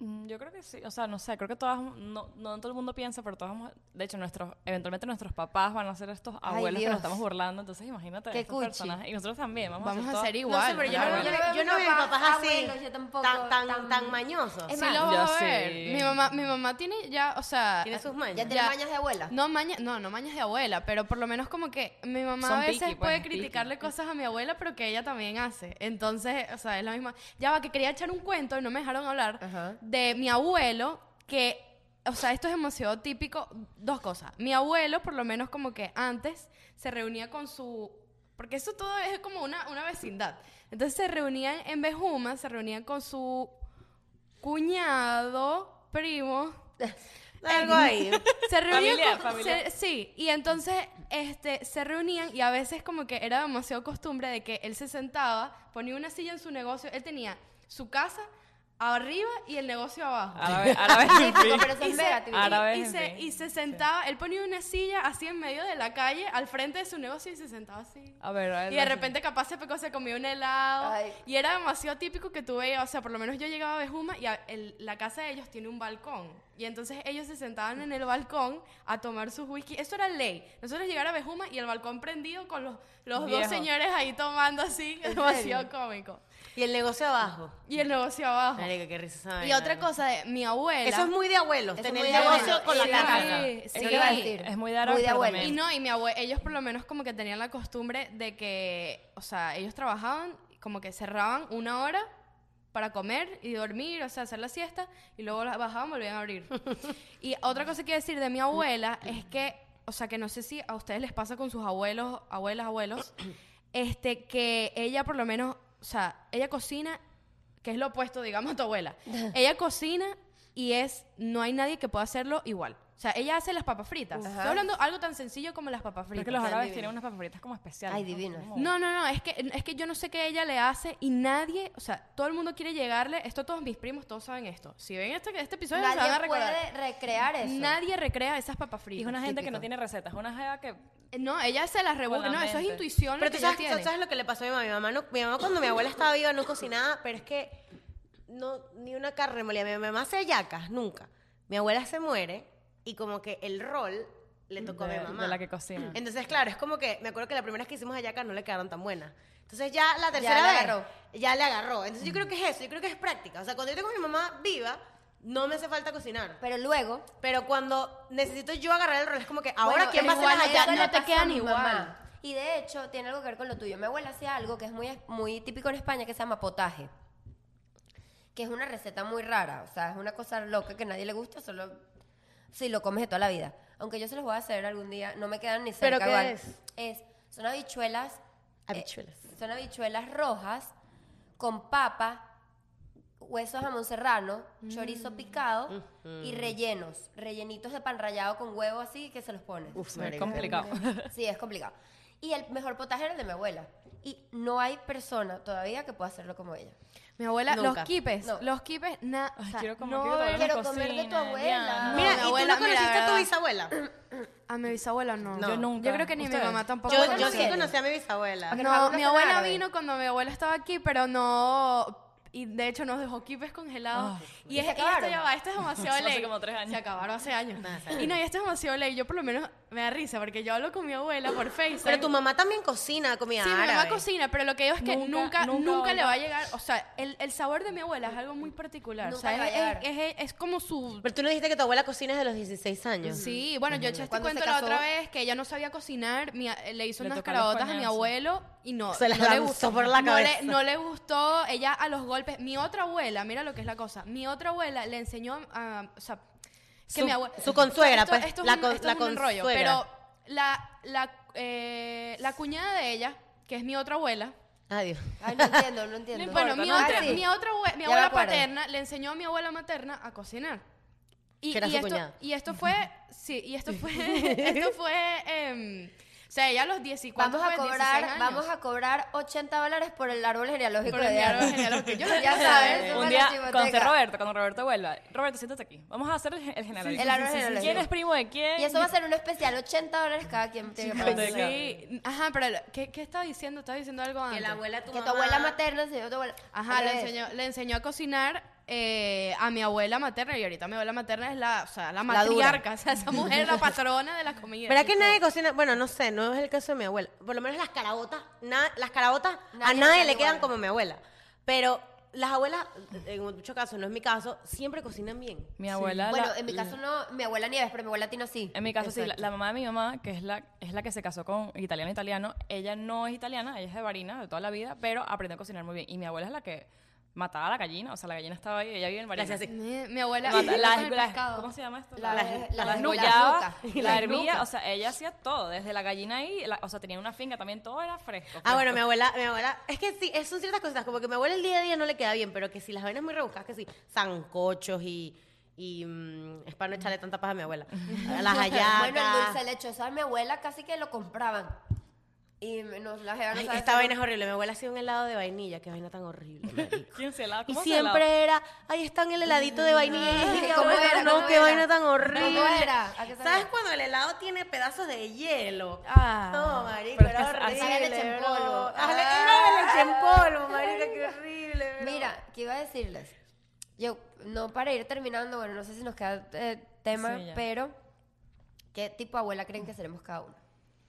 Mm, Yo creo que sí, o sea, no sé, creo que todas, no, no todo el mundo piensa, pero todas, hemos- de hecho, nuestros, eventualmente nuestros papás van a ser estos Ay, abuelos que nos Dios. estamos burlando, entonces imagínate Qué estos cuchi. personajes, y nosotros también, vamos, Vamos a todo- ser No sé, igual. pero yo claro. no, yo, Yo veo a yo no mis veo Ah, a mis papás, papás así, abuelos, yo tampoco, tan, tan, tan- tan mañosos. Es Sí, más, lo Ya vas a sé. ver. Mi mamá, mi mamá tiene ya, o sea. Tiene sus mañas. ya tiene ya. mañas de abuela. No mañas, no, no mañas de abuela, pero por lo menos como que mi mamá Son a veces picky, pues, puede picky. criticarle cosas a mi abuela, pero que ella también hace. Entonces, o sea, es la misma. Ya va, que quería echar un cuento y no me dejaron hablar Ajá. de mi abuelo que, o sea, esto es demasiado típico. Dos cosas. Mi abuelo, por lo menos como que antes, se reunía con su... Porque eso todo es como una, una vecindad. Entonces se reunían en Bejuma, se reunían con su cuñado, primo, Algo ahí. se reunían Familiar, con- familiar. se- sí y entonces este se reunían y a veces como que era demasiado costumbre de que él se sentaba ponía una silla en su negocio él tenía su casa arriba y el negocio abajo Árabe- árabes en Típico, fin. pero son y se, mega típicos. Árabe. y, Ah. en se, fin. y se sentaba, él ponía una silla así en medio de la calle, al frente de su negocio y se sentaba así. A ver, a ver, Y de la- repente capaz se pecó, se comió un helado. Ay. Y era demasiado típico que tú veías, o sea, por lo menos yo llegaba a Bejuma y a- el- la casa de ellos tiene un balcón. Y entonces ellos se sentaban en el balcón a tomar sus whisky. Eso era ley. Nosotros llegar a Bejuma y el balcón prendido con los, los dos Viejo. señores ahí tomando así, demasiado cómico. Y el negocio abajo. Y el negocio abajo. Marico, qué risa esa Y vaina, otra ¿no? cosa de mi abuela. Eso es muy de abuelos, Eso es tener muy el de negocio abuelos. con la Sí, casa. sí, Eso sí. iba a decir. Es muy de árabe, Muy de pero abuela. Y también- no, y mi abuela, ellos por lo menos como que tenían la costumbre de que, o sea, ellos trabajaban, como que cerraban una hora para comer y dormir, o sea, hacer la siesta, y luego la bajaban, volvían a abrir. y otra cosa que quiero decir de mi abuela es que, o sea, que no sé si a ustedes les pasa con sus abuelos, abuelas, abuelos, este, que ella por lo menos, o sea, ella cocina, que es lo opuesto, digamos, a tu abuela. Ella cocina y es, no hay nadie que pueda hacerlo igual. O sea, ella hace las papas fritas. Ajá. Estoy hablando algo tan sencillo como las Creo papas fritas. que los Están árabes divinos. tienen unas favoritas como especiales. Ay, ¿no? divinos. Oh. Como- No, no, no, es que, es que yo no sé qué ella le hace y nadie, o sea, todo el mundo quiere llegarle, esto todos mis primos, todos saben esto. Si ven este, este episodio, se van a Nadie recordar. puede recrear eso. Nadie recrea esas papas fritas. Y es una gente que típico. no tiene recetas, una jeva que... No, ella se las revuelve. Con la No, eso es mente. intuición lo Pero que tú ella sabes, tú tiene. sabes lo que le pasó a mi mamá. Mi mamá, no- mi mamá cuando mi abuela estaba viva no cocinaba, pero es que no, ni una carne molida. Mi mamá hace yacas, nunca. Mi abuela se muere y como que el rol le tocó a de- mi mamá. de la que cocina. Entonces, claro, es como que me acuerdo que la primera vez que hicimos ayacas no le quedaron tan buenas. Entonces ya la tercera le vez agarró. ya le agarró. Entonces yo creo que es eso, yo creo que es práctica. O sea, cuando yo tengo a mi mamá viva, no me hace falta cocinar. Pero luego, Pero cuando necesito yo agarrar el rol, es como que ahora quién va a hacer igual las eso hallacas? no te quedan igual. Y de hecho, tiene algo que ver con lo tuyo. Mi abuela hacía algo que es muy, muy típico en España, que se llama potaje. Que es una receta muy rara. O sea, es una cosa loca que a nadie le gusta, solo si lo comes de toda la vida. Aunque yo se los voy a hacer algún día, no me quedan ni cerca. ¿Pero qué igual. es? Es, son habichuelas. eh, Habichuelas. son habichuelas rojas con papa, huesos jamón serrano, Mm. chorizo picado y rellenos. Rellenitos de pan rallado con huevo así que se los pones. Uf, Es marica. complicado. Sí, es complicado. Y el mejor potaje era el de mi abuela. Y no hay persona todavía que pueda hacerlo como ella. Mi abuela, Nunca. los quipes, No. los quipes, nada. Ay, quiero comer, no, quiero va a comer haber- una Quiero comer de tu cocina, abuela. Diana. No, Mira, mi ¿y abuela, tú no mira, conociste a tu ¿verdad? bisabuela? a mi bisabuela no. No. Yo nunca. Yo creo que ni ¿Ustedes? mi mamá tampoco. Yo, ¿Cómo yo no sí sé? conocí a mi bisabuela. Ok. que No, Raúl no mi come abuela árabe. vino cuando mi abuela estaba aquí, pero no. Y de hecho nos dejó quipes congelados. ¿Y y es, se y esto acabaron? ya va, esto es demasiado Hace ley. como tres años. Se acabaron hace años. Ah, hace y no, y esto es demasiado ley. Yo por lo menos me da risa porque yo hablo con mi abuela por Facebook. Pero tu mamá también cocina comida Sí, mi árabe. mamá cocina, pero lo que digo es que Nunca, nunca, nunca, nunca, le nunca. va a llegar. O sea, el, el sabor de mi abuela es algo muy particular. o Nunca le va sea, a es, llegar. es, es- es como su. Pero tú no dijiste que tu abuela cocina desde los 16 años. Sí, bueno, yo eché este Cuando se cuento la casó- otra vez que ella no sabía cocinar, mi a- le hizo Le unas tocó los caraotas a mi coñazos. abuelo y no, Se las no le lanzó gustó. por la no, cabeza. le, no le gustó, ella a los golpes. Mi otra abuela, mira lo que es la cosa, mi otra abuela le enseñó a. o sea, que Su- mi abuela. su consuegra, pues, es la un- con- esto la es un rollo, consuegra. pero la, la, eh, la cuñada de ella, que es mi otra abuela. Adiós. Ay, no entiendo, no entiendo. Bueno, mi, ¿no? otra, Ah, sí. mi otra abue- mi Ya me abuela acuerdo. paterna le enseñó a mi abuela materna a cocinar. Y, Que era y su esto, cuñada. y esto fue, sí, y esto fue, esto fue, em, o sea, ella a los 10 y Vamos ¿cuánto a fue? 16 cobrar, años. vamos a cobrar 80 dólares por el árbol genealógico Por el de árbol Ana. genealógico. Yo lo- ya sabes. Un súper día, chimoteca. cuando esté Roberto, cuando Roberto vuelva. Roberto, siéntate aquí. Vamos a hacer el, gen- el general. sí, El árbol sí, sí, sí. genealógico. ¿Quién es primo de quién? Y eso va a ser un especial, 80 dólares cada quien. tiene que pagar. Chimoteca. Sí, ajá, pero lo- ¿qué, qué estaba diciendo? Estaba diciendo algo antes. Que la abuela tu Que tu mamá- abuela materna enseñó a tu abuela. Ajá, al le revés. enseñó, le enseñó a cocinar eh, a mi abuela materna y ahorita mi abuela materna es la, o sea, la dura. matriarca, o sea, esa mujer es la patrona de la comida. ¿Verdad que tipo. nadie cocina? Bueno, no sé, no es el caso de mi abuela. Por lo menos las carabotas, na- las carabotas a Nadie le nadie queda le quedan igual. como mi abuela. Pero las abuelas, en muchos casos, no es mi caso, siempre cocinan bien. Mi abuela. la- Bueno, en mi caso no, mi abuela Nieves, pero mi abuela Tino sí. En mi caso, sí, la, la mamá de mi mamá, que es la, es la que se casó con italiano italiano, ella no es italiana, ella es de Barina de toda la vida, pero aprendió a cocinar muy bien. Y mi abuela es la que mataba a la gallina, o sea, la gallina estaba ahí, ella vive en Barina. Gracias, sí. Mi, mi abuela. Mata- mi la- abuela con el la- pescado. ¿Cómo se llama esto? La- la- la- desnullaba, la- la- la la- hervía, la- o sea, ella hacía todo, desde la gallina ahí, la- o sea, tenía una finca también, todo era fresco. Ah, fresco. bueno, mi abuela, mi abuela, es que sí, es- son ciertas cosas, como que mi abuela el día a día no le queda bien, pero que si las vainas muy rebuscadas, que sí, zancochos y, y mm, es para no echarle tanta paz a mi abuela. Las hallacas. Bueno, el dulce de leche, o sea, mi abuela casi que lo compraban. Y nos la jeva no Ay, sabe esta hacer- vaina es horrible. Mi abuela hacía un helado de vainilla, qué vaina tan horrible. marico. ¿Quién se la- Y cómo se la- siempre era, ahí está en el heladito de vainilla. Y dije, ¿Cómo "Ay, era? No, ¿Cómo qué era? vaina tan horrible. ¿Cómo era? ¿A qué sabía? ¿Sabes cuando el helado tiene pedazos de hielo? Ah. No, marico, Pero es era que horrible. hacía leche en bro. polvo. Hazle- Ah. Era leche en polvo, marica, qué horrible. bro. Mira, ¿qué iba a decirles? Yo, no para ir terminando, bueno, no sé si nos queda eh, tema, Sí, ya. pero ¿qué tipo de abuela creen que seremos cada uno?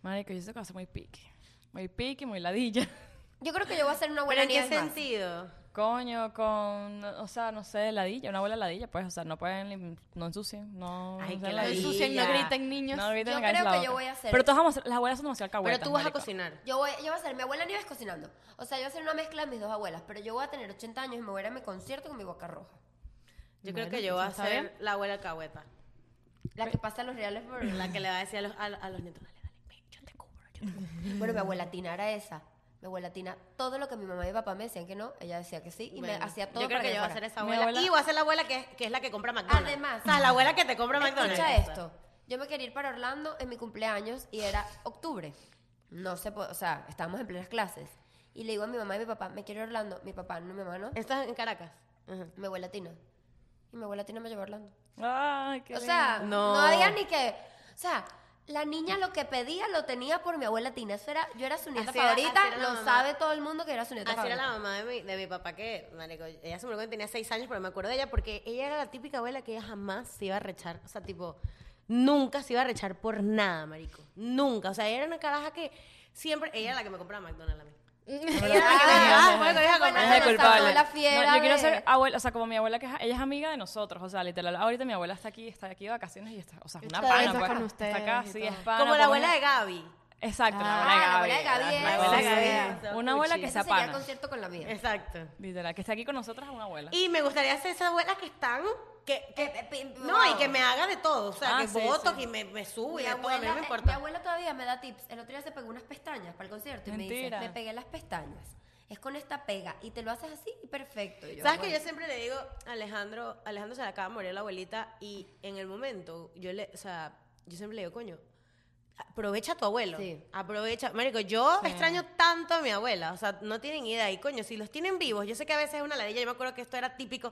Marico, yo sé que va a ser muy pique. Muy pique, muy ladilla. Yo creo que yo voy a ser una ¿Pero abuela en qué Nieves más. sentido? Coño, con, o sea, no sé, ladilla, una abuela ladilla, pues, o sea, no pueden, lim- no ensucien, no... Ay, qué o sea, No ladilla. ensucien, no Ladilla. griten niños. No, ahorita Yo me callas creo la que yo boca. voy a hacer- Pero todos vamos a ser- las abuelas son demasiado Pero alcahuetas, tú vas a marico. cocinar. Yo voy, yo voy a ser mi abuela Nieves cocinando. O sea, yo voy a ser una mezcla de mis dos abuelas, pero yo voy a tener 80 años y me voy a ir a mi concierto con mi boca roja. Yo creo que yo voy a ¿está ser bien? la abuela alcahueta. La que pasa a los reales por La que le va a decir a los, a, a los nietos, dale, dale, ven, yo te cubro, yo te cubro. Bueno, mi abuela Tina era esa. Mi abuela Tina, todo lo que mi mamá y mi papá me decían que no, ella decía que sí y me Bueno, hacía todo Yo creo para que yo voy a ser fuera. esa Mi abuela. abuela- Y voy a ser la abuela que, que es la que compra McDonald's. Además. O sea, la abuela que te compra McDonald's. Escucha esto. Yo me quería ir para Orlando en mi cumpleaños y era octubre. No se po- o sea, estábamos en plenas clases. Y le digo a mi mamá y mi papá, me quiero ir a Orlando. Mi papá, no, mi mamá no. Estás en Caracas. Ajá. Mi abuela Tina. Y mi abuela Tina me llevó a Orlando. Ay, qué o sea, lindo. no. No. había ni que... O sea, la niña lo que pedía lo tenía por mi abuela Tina. Eso era, yo era su nieta Así era- favorita. así era la lo mamá. sabe todo el mundo que era su nieta Así era favorita. la mamá de mi, de mi papá que, marico, ella se murió cuando tenía seis años, pero me acuerdo de ella porque ella era la típica abuela que ella jamás se iba a rechar, o sea, tipo, nunca se iba a rechar por nada, marico, nunca, o sea, ella era una caraja que siempre, ella era la que me compraba McDonald's a mí. Ella era la que me llevaba, Ah, bueno, esa ella fue la compraba- que Es nos el culpable. sacó la fiera No, yo quiero de- ser abuela, o sea, como mi abuela que es, ella es amiga de nosotros, o sea, literal, ahorita mi abuela está aquí, está aquí de vacaciones y está, o sea, es una Está pana, acá pues, con está ustedes acá, y sí, todo. es pana. como pues, la abuela de Gaby. Exacto, Ah, Ah, la abuela de Gaby. Gaby. La abuela de Gaby. era- Una abuela que Esa sea Esa sería pana, el concierto con la mía. Exacto. literal, que está aquí con nosotras es una abuela. Y me gustaría ser esas abuelas que están, que, que- Eh, eh, pim, pim, no, wow. y que me haga de todo, o sea, Ah, que sí, voto, sí. que me, me sube, Mi y de todo, a mí abuela, no me eh, importa. mi abuela todavía me da tips. El otro día se pegó unas pestañas para el concierto y me dice, Mentira. me pegué las pestañas. Es con esta pega y te lo haces así y perfecto. Y yo, ¿Sabes que bueno. yo siempre le digo a Alejandro, Alejandro se le acaba de morir la abuelita y en el momento, yo le, o sea, yo siempre le digo, coño, Aprovecha a tu abuelo. Sí. Aprovecha. Marico, yo extraño tanto a mi abuela. O sea, no tienen idea. Y coño, si los tienen vivos, yo sé que a veces es una ladilla. Yo me acuerdo que esto era típico.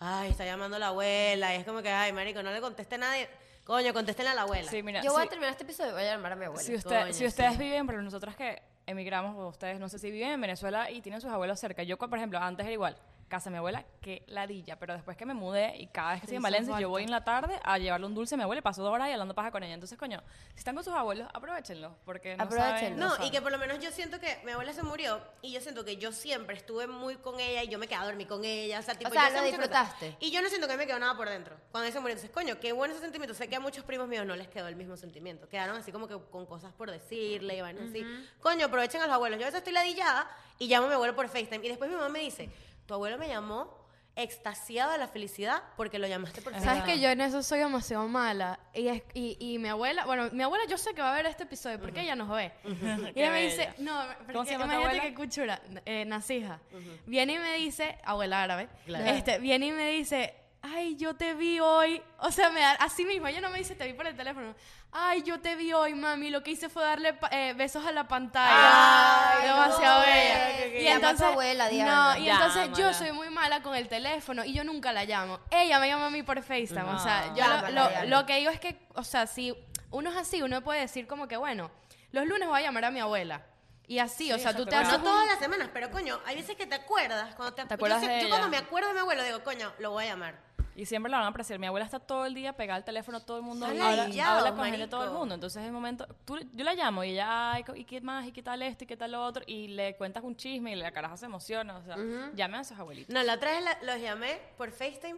Ay, está llamando la abuela. Y es como que, ay, marico, no le conteste a nadie. Coño, contéstenle a la abuela. Sí, mira, Yo voy sí. a terminar este episodio y voy a llamar a mi abuela. si, usted- coño, si ustedes sí. viven, pero nosotras que emigramos, o ustedes no sé si viven en Venezuela y tienen sus abuelos cerca. Yo, por ejemplo, antes era igual, casa de mi abuela, que ladilla, pero después que me mudé y cada vez que estoy en hizo Valencia, falta. yo voy en la tarde a llevarle un dulce a mi abuela y paso dos horas y hablando paja con ella. Entonces, coño, si están con sus abuelos, aprovechenlos, porque no saben. Aprovechenlos. no No, y saben. que por lo menos yo siento que mi abuela se murió y yo siento que yo siempre estuve muy con ella y yo me quedaba a dormir con ella. O sea, tipo, O sea, yo sé lo muchas cosas. disfrutaste. Y yo no siento que me quedó nada por dentro. Cuando ella se murió, entonces, coño, qué bueno ese sentimiento. Sé que a muchos primos míos no les quedó el mismo sentimiento. Quedaron así como que con cosas por decirle y van así. Coño, aprovechen a los abuelos. Yo a veces estoy ladillada y llamo a mi abuelo por FaceTime. Y después mi mamá me dice, tu abuelo me llamó extasiado de la felicidad porque lo llamaste por Sabes FaceTime. que yo en eso soy demasiado mala. Y, es- y, y mi abuela, bueno, mi abuela yo sé que va a ver este episodio porque ella nos ve. Y Qué ella me dice, bella. no, porque ¿Cómo se llama tu imagínate abuela? qué cuchura, eh, Nasija. Viene y me dice, abuela árabe, Claro. este, viene y me dice, ay, yo te vi hoy. O sea, me da- así mismo, ella no me dice, te vi por el teléfono. Ay, yo te vi hoy, mami. Lo que hice fue darle pa- eh, besos a la pantalla. Ay, demasiado no, bella. eh, Y llama a tu entonces, abuela, Diana. no, y Ya, entonces yo mala. soy muy mala con el teléfono y yo nunca la llamo. Ella me llama a mí por FaceTime. O sea, yo Llámala, lo, Diana. lo- lo que digo es que, o sea, si uno es así, uno puede decir como que, bueno, los lunes voy a llamar a mi abuela. Y así, o sea, tú exacto, te claro. haces No un- todas las semanas, pero coño, hay veces que te acuerdas. Cuando te, ¿Te acuerdas yo, de yo ella? cuando me acuerdo de mi abuelo digo, coño, lo voy a llamar. Y siempre la van a apreciar. Mi abuela está todo el día pegada al teléfono, todo el mundo Está habla, ladillado, habla con gente, marico. todo el mundo. Entonces es el momento, tú- yo la llamo y ella, ay, co- ¿y qué más? ¿Y qué tal esto? ¿Y qué tal lo otro? Y le cuentas un chisme y la caraja se emociona. O sea, llamen a sus abuelitos. No, la otra vez la- los llamé por FaceTime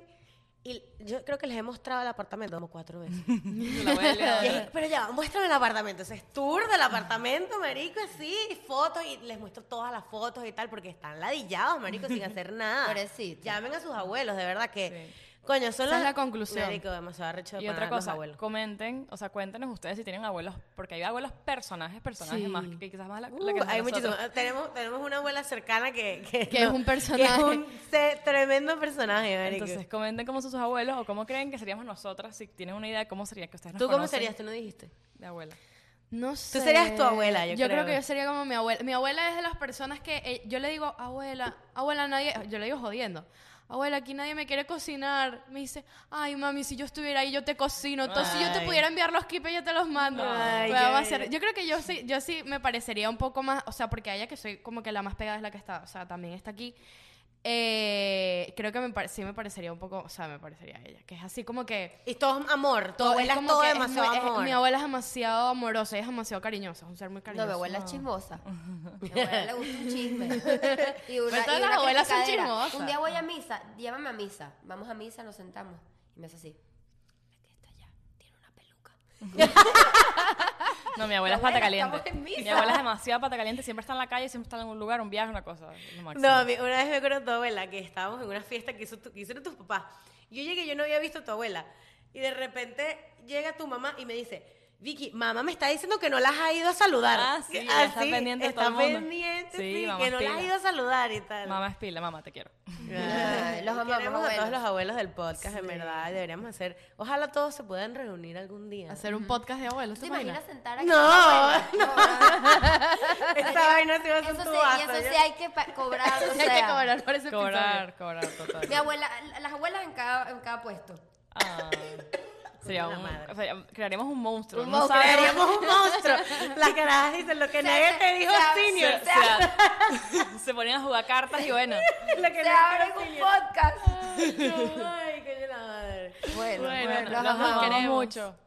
y yo creo que les he mostrado el apartamento como cuatro veces. La abuela. Y es, pero ya, muéstrame el apartamento. Ese es tour del apartamento, marico, así, fotos y les muestro todas las fotos y tal porque están ladillados, marico, sin hacer nada. Pobrecito. Llamen a sus abuelos, de verdad que... Coño, son Esa los- es la conclusión. Marico, demasiado arrecho de Y otra pana, los cosa, abuelos. comenten, o sea, cuéntenos ustedes si tienen abuelos, porque hay abuelos personajes, personajes Sí. más, que quizás más la, la Uh, que hay nosotros. muchísimos. Tenemos, tenemos una abuela cercana que... Que, Que es un Que es personaje. un se- tremendo personaje, marico. Entonces, comenten cómo son sus abuelos o cómo creen que seríamos nosotras, si tienen una idea de cómo sería que ustedes nos ¿Tú cómo conocen serías? Tú no dijiste. De abuela. No sé. serías tu abuela, yo creo. creo. que yo sería como mi abuela. Mi abuela es de las personas que eh, yo le digo, abuela, abuela, nadie. Yo le digo jodiendo. Abuela, aquí nadie me quiere cocinar. Me dice, ay, mami, si yo estuviera ahí, yo te cocino. Entonces, si yo te Ay. pudiera enviar los kipes, yo te los mando. Ay, Pero qué va a ser- bello. yo creo que yo sí, yo sí me parecería un poco más. O sea, porque a ella que soy como que la más pegada es la que está. O sea, también está aquí. Eh, creo que me pare- sí me parecería un poco. O sea, me parecería a ella. Que es así como que. Y todo es amor, tu Es abuela es como todo que es demasiado muy- es- amor. mi abuela es demasiado amorosa, ella es demasiado cariñosa, es un ser muy No, cariñoso. mi abuela es chismosa. Mi abuela le gusta un chisme. Y una, Pero todas y las una abuelas son criticadera. chismosas. Un día voy a misa, llámame a misa. Vamos a misa, nos sentamos. Y me hace así. La que está allá tiene una peluca. No, mi abuela es Abuela, pata caliente. estamos en misa. Mi abuela es demasiado pata caliente, siempre está en la calle, siempre está en algún lugar, un viaje, una cosa. lo máximo. No, a mí- una vez me acuerdo de tu abuela que estábamos en una fiesta que, hizo tu- que hicieron tus papás. Yo llegué, yo no había visto a tu abuela. Y de repente llega tu mamá y me dice, Vicky, mamá me está diciendo que no las ha ido a saludar. Ah, sí, Que- ella está pendiente de está todo el mundo. pendiente, Sí, sí, mamá que no pila. las ha ido a saludar y tal. Mamá es pila, mamá, te quiero. Ay, Los amamos, queremos a todos abuelos. los abuelos del podcast, en verdad. Deberíamos hacer, ojalá todos se puedan reunir algún día. Hacer un podcast de abuelos, ¿Tú ¿te te imaginas imaginas? sentar aquí? No, no. Esta vaina se va a hacer Eso tu sí, y eso sí hay que pa- cobrar. o Hay que sea, cobrar por ese Cobrar, cobrar, total. Mi abuela, las abuelas en cada, en cada puesto. Ah, sería Una un, madre. o sea, crearíamos un monstruo. Un no monstruo, sabemos- Crearíamos un monstruo. Las carajas dicen lo que Se- nadie te dijo, se- senior. se, se- se ponían a jugar cartas y bueno. Lo que nadie Se abre te un dijo, podcast. senior. Ay, qué la madre. Bueno, Bueno, bueno, los los amamos. amamos queremos. mucho.